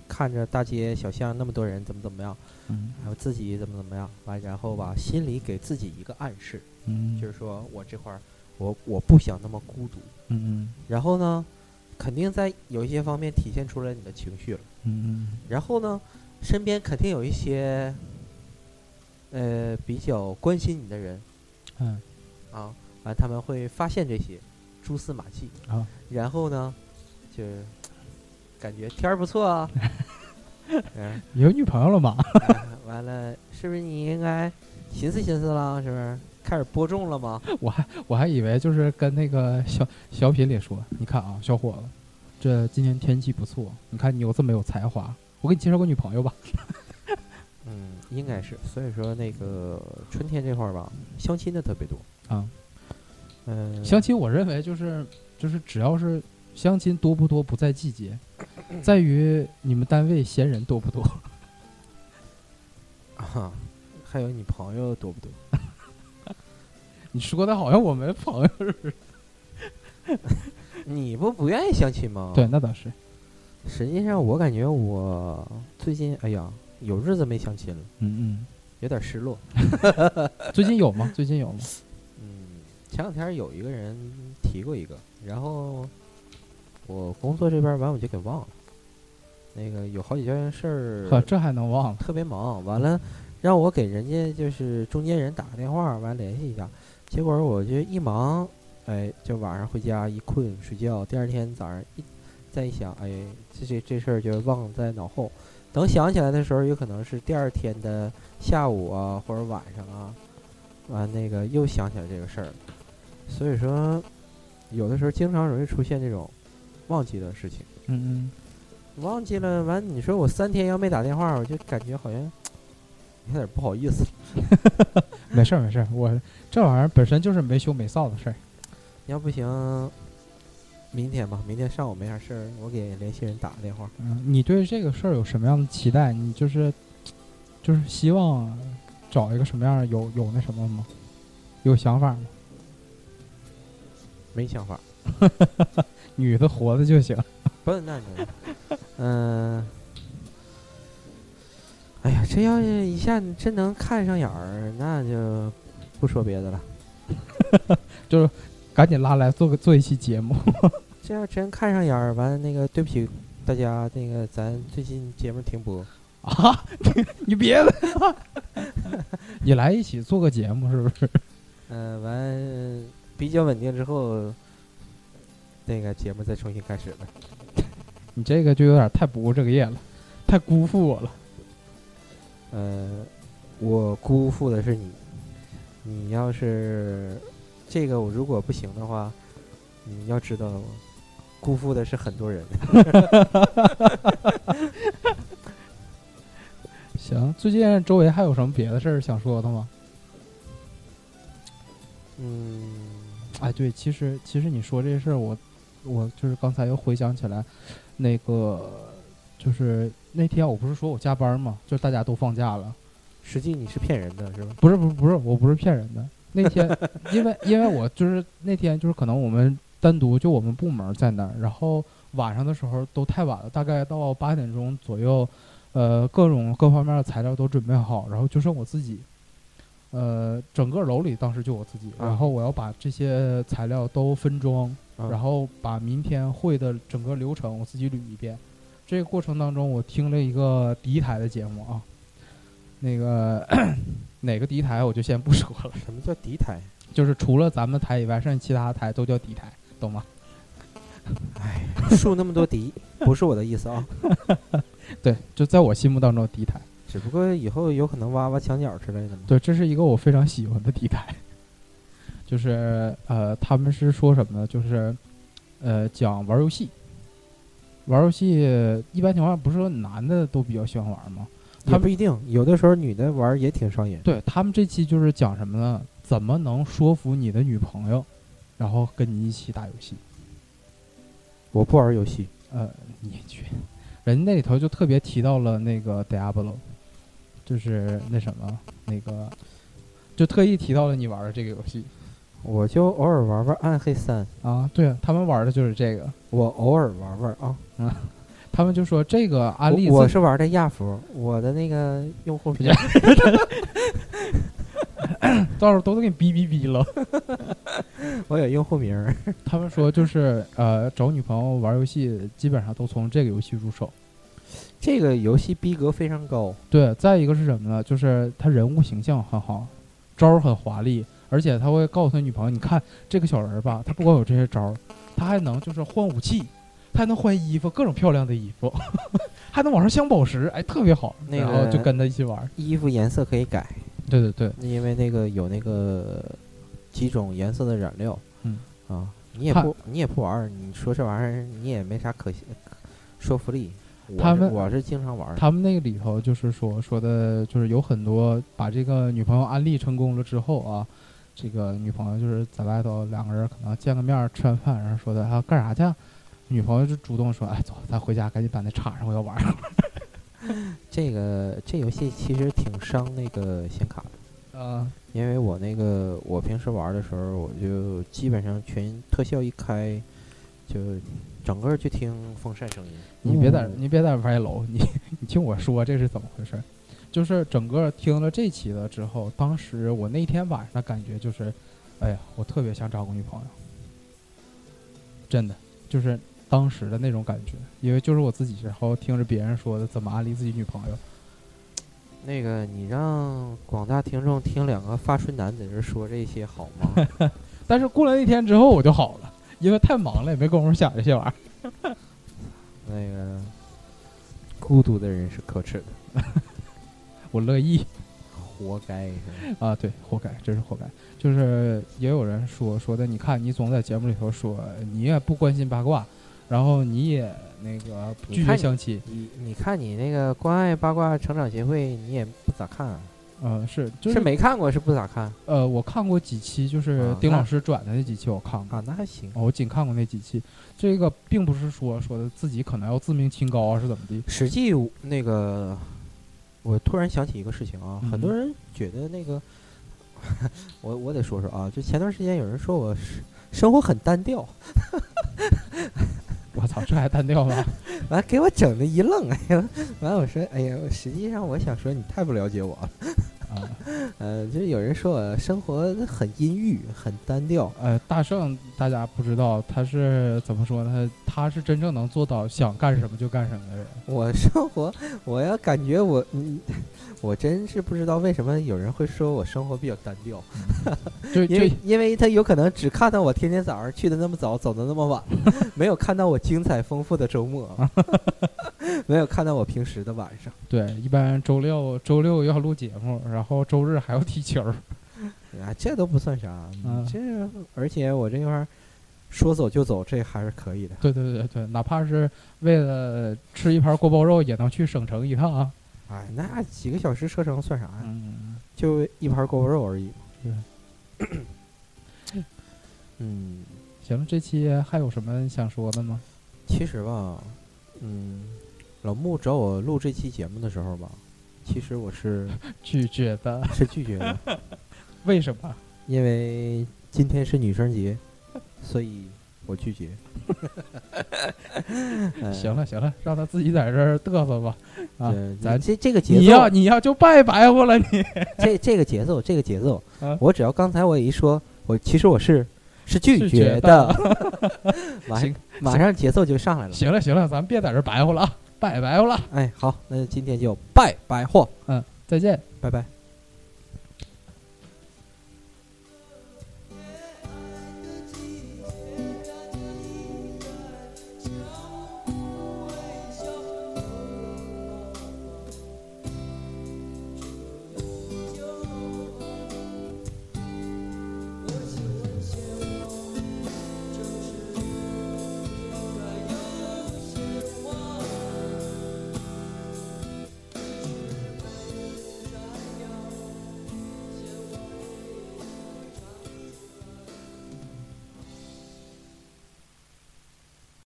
看着大街小巷那么多人，怎么怎么样，嗯还有自己怎么怎么样，完然后吧，心里给自己一个暗示，嗯，就是说我这块儿，我我不想那么孤独。嗯然后呢，肯定在有一些方面体现出来你的情绪了。嗯嗯然后呢，身边肯定有一些，呃，比较关心你的人嗯啊，完他们会发现这些蛛丝马迹，嗯啊，然后呢，就感觉天儿不错 啊，嗯、有女朋友了吗？ 哎完了，是不是你应该寻思寻思了？是不是开始播种了吗？我还我还以为就是跟那个小小品里说，你看啊，小伙子，这今天天气不错，你看你有这么有才华，我给你介绍个女朋友吧。嗯，应该是。所以说那个春天这块儿吧，相亲的特别多。啊，嗯，相亲，我认为就是就是只要是相亲多不多不在季节，在于你们单位闲人多不多。啊，还有你朋友多不多？你说的好像我们朋友似的。你不不愿意相亲吗？对，那倒是。实际上我感觉我最近哎呀，有日子没相亲了，嗯有点失落。 嗯，最近有吗？最近有吗？嗯，前两天有一个人提过一个，然后我工作这边完我就给忘了。那个有好几件事呵，儿啊这还能忘了？特别忙，完了让我给人家就是中间人打个电话，完联系一下。结果我就一忙，哎，就晚上回家一困睡觉，第二天早上一再一想，哎，这这这事儿就忘在脑后。等想起来的时候，有可能是第二天的下午啊，或者晚上啊，完、那个又想起来这个事儿了。所以说，有的时候经常容易出现这种忘记的事情。嗯忘记了，完你说我三天要没打电话，我就感觉好像有点不好意思。嗯，没事儿没事儿，我这玩意儿本身就是没羞没臊的事儿。要不行，明天吧，明天上午没啥事儿，我给联系人打个电话。嗯，你对这个事儿有什么样的期待？你就是就是希望找一个什么样儿有有那什么吗？有想法吗？没想法，女的活的就行。不是那你，嗯、哎呀，这要是一下你真能看上眼儿，那就不说别的了。赶紧拉来做个做一期节目。 这要真看上眼儿，完了那个对不起大家，那个咱最近节目停播。啊，你别了， 你来一起做个节目是不是？嗯、完比较稳定之后，那个节目再重新开始呗。你这个就有点太不务正业了，太辜负我了。呃，我辜负的是你，你要是这个我如果不行的话，你要知道，辜负的是很多人。 行，最近周围还有什么别的事儿想说的吗？嗯，哎，对，其实其实你说这事儿，我我就是刚才又回想起来，那个就是那天我不是说我加班嘛，就是大家都放假了，实际你是骗人的是吧？不是不是不是，我不是骗人的。那天因为因为我就是那天就是可能我们单独就我们部门在那儿，然后晚上的时候都太晚了，大概到八点钟左右，呃，各种各方面的材料都准备好，然后就剩我自己。呃，整个楼里当时就我自己，啊然后我要把这些材料都分装，啊然后把明天会的整个流程我自己捋一遍。这个过程当中，我听了一个敌台的节目啊，那个 哪个敌台我就先不说了，什么叫敌台？就是除了咱们台以外，剩下其他台都叫敌台，懂吗？哎 树那么多敌，不是我的意思啊，对，就在我心目当中的敌台。只不过以后有可能挖挖墙角之类的嘛。对，这是一个我非常喜欢的题材， 就是呃，他们是说什么呢？就是呃，讲玩游戏，玩游戏一般情况下不是说男的都比较喜欢玩吗？也他们不一定，有的时候女的玩儿也挺伤眼。对他们这期就是讲什么呢？怎么能说服你的女朋友，然后跟你一起打游戏？我不玩儿游戏，呃，你也去，人家那里头就特别提到了那个 Diablo，就是那什么那个，就特意提到了你玩的这个游戏。我就偶尔玩玩《暗黑三》，啊，对他们玩的就是这个，我偶尔玩玩啊。他们就说这个安利我我自是玩的亚服，我的那个用户评价 到时候都得给你逼逼逼了。 我有用户名儿，他们说就是呃，找女朋友玩游戏基本上都从这个游戏入手。这个游戏逼格非常高，对，再一个是什么呢？就是他人物形象很好，招儿很华丽，而且他会告诉他女朋友，你看这个小人儿吧，他不光有这些招儿，他还能就是换武器，他还能换衣服，各种漂亮的衣服， 还能往上镶宝石，哎，特别好。那然后就个跟他一起玩儿。衣服颜色可以改，对对对，因为那个有那个几种颜色的染料。嗯啊，你也他不你也不玩儿，你说这玩意儿你也没啥可说服力。我他是们我是经常玩儿，他们那个里头就是说说的，就是有很多把这个女朋友安利成功了之后啊，这个女朋友就是在外头两个人可能见个面儿吃完饭，然后说的啊干啥去啊？女朋友就主动说，哎，走，咱回家赶紧把那插上，我要玩儿。这个这游戏其实挺伤那个显卡的，啊，因为我那个我平时玩儿的时候，我就基本上全特效一开就整个就听风扇声音。你别嗯在你别在这歪楼，你你听我说这是怎么回事儿？就是整个听了这期的之后，当时我那天晚上的感觉就是，哎呀，我特别想找个女朋友，真的就是当时的那种感觉，因为就是我自己，然后听着别人说的怎么安利自己女朋友，那个，你让广大听众听两个发春男在这说这些好 吗？但是过了那天之后我就好了，因为太忙了也没工夫想这些玩意儿。那个，孤独的人是可耻的，我乐意活该是吧。啊，对，活该，真是活该。就是也有人说说的，你看你总在节目里头说你也不关心八卦，然后你也那个你拒绝看你相亲，你你看你那个关爱八卦成长协会，你也不咋看、啊，嗯、是就是没看过是不咋看呃，我看过几期，就是啊丁那老师转的那几期，我看过。啊？那还行，哦我仅看过那几期，这个并不是说说的自己可能要自命清高啊，是怎么的？ 《史记》那个，我突然想起一个事情啊，很多嗯人觉得那个， 我我得说说啊，就前段时间有人说我是生活很单调，我操，这还单调呢？完给我整的一愣，哎呀，完我说，哎呀，我实际上我想说你太不了解我了， 啊，呃，就是有人说我生活很阴郁，很单调，呃，大圣大家不知道他是怎么说呢？他他是真正能做到想干什么就干什么的人。我生活，我要感觉我，嗯， 我真是不知道为什么有人会说我生活比较单调，就因就为因为他有可能只看到我天天早上去的那么早，走的那么晚，没有看到我精彩丰富的周末，没有看到我平时的晚上。对，一般周六周六要录节目，然后周日还要踢球儿。 啊，这都不算啥，你嗯这而且我这块儿说走就走，这还是可以的。对对对对，哪怕是为了吃一盘锅包肉，也能去省城一趟啊。哎，那几个小时车程算啥呀？嗯，就一盘锅包肉而已。对。 嗯，行，这期还有什么想说的吗？其实吧，嗯，老穆找我录这期节目的时候吧，其实我是拒绝的，是拒绝的， 为什么？因为今天是女生节，所以我拒绝。呃行，了行了，让他自己在这儿嘚瑟吧。啊这，咱这这个节奏，你要你要就拜白活了你。 这这个节奏，这个节奏，啊我只要刚才我一说，我其实我是是拒拒绝绝的， 马行马上节奏就上来了。行了行了，咱别在这儿白活了啊，拜白活了，哎，好，那今天就拜拜货，嗯，再见。拜拜。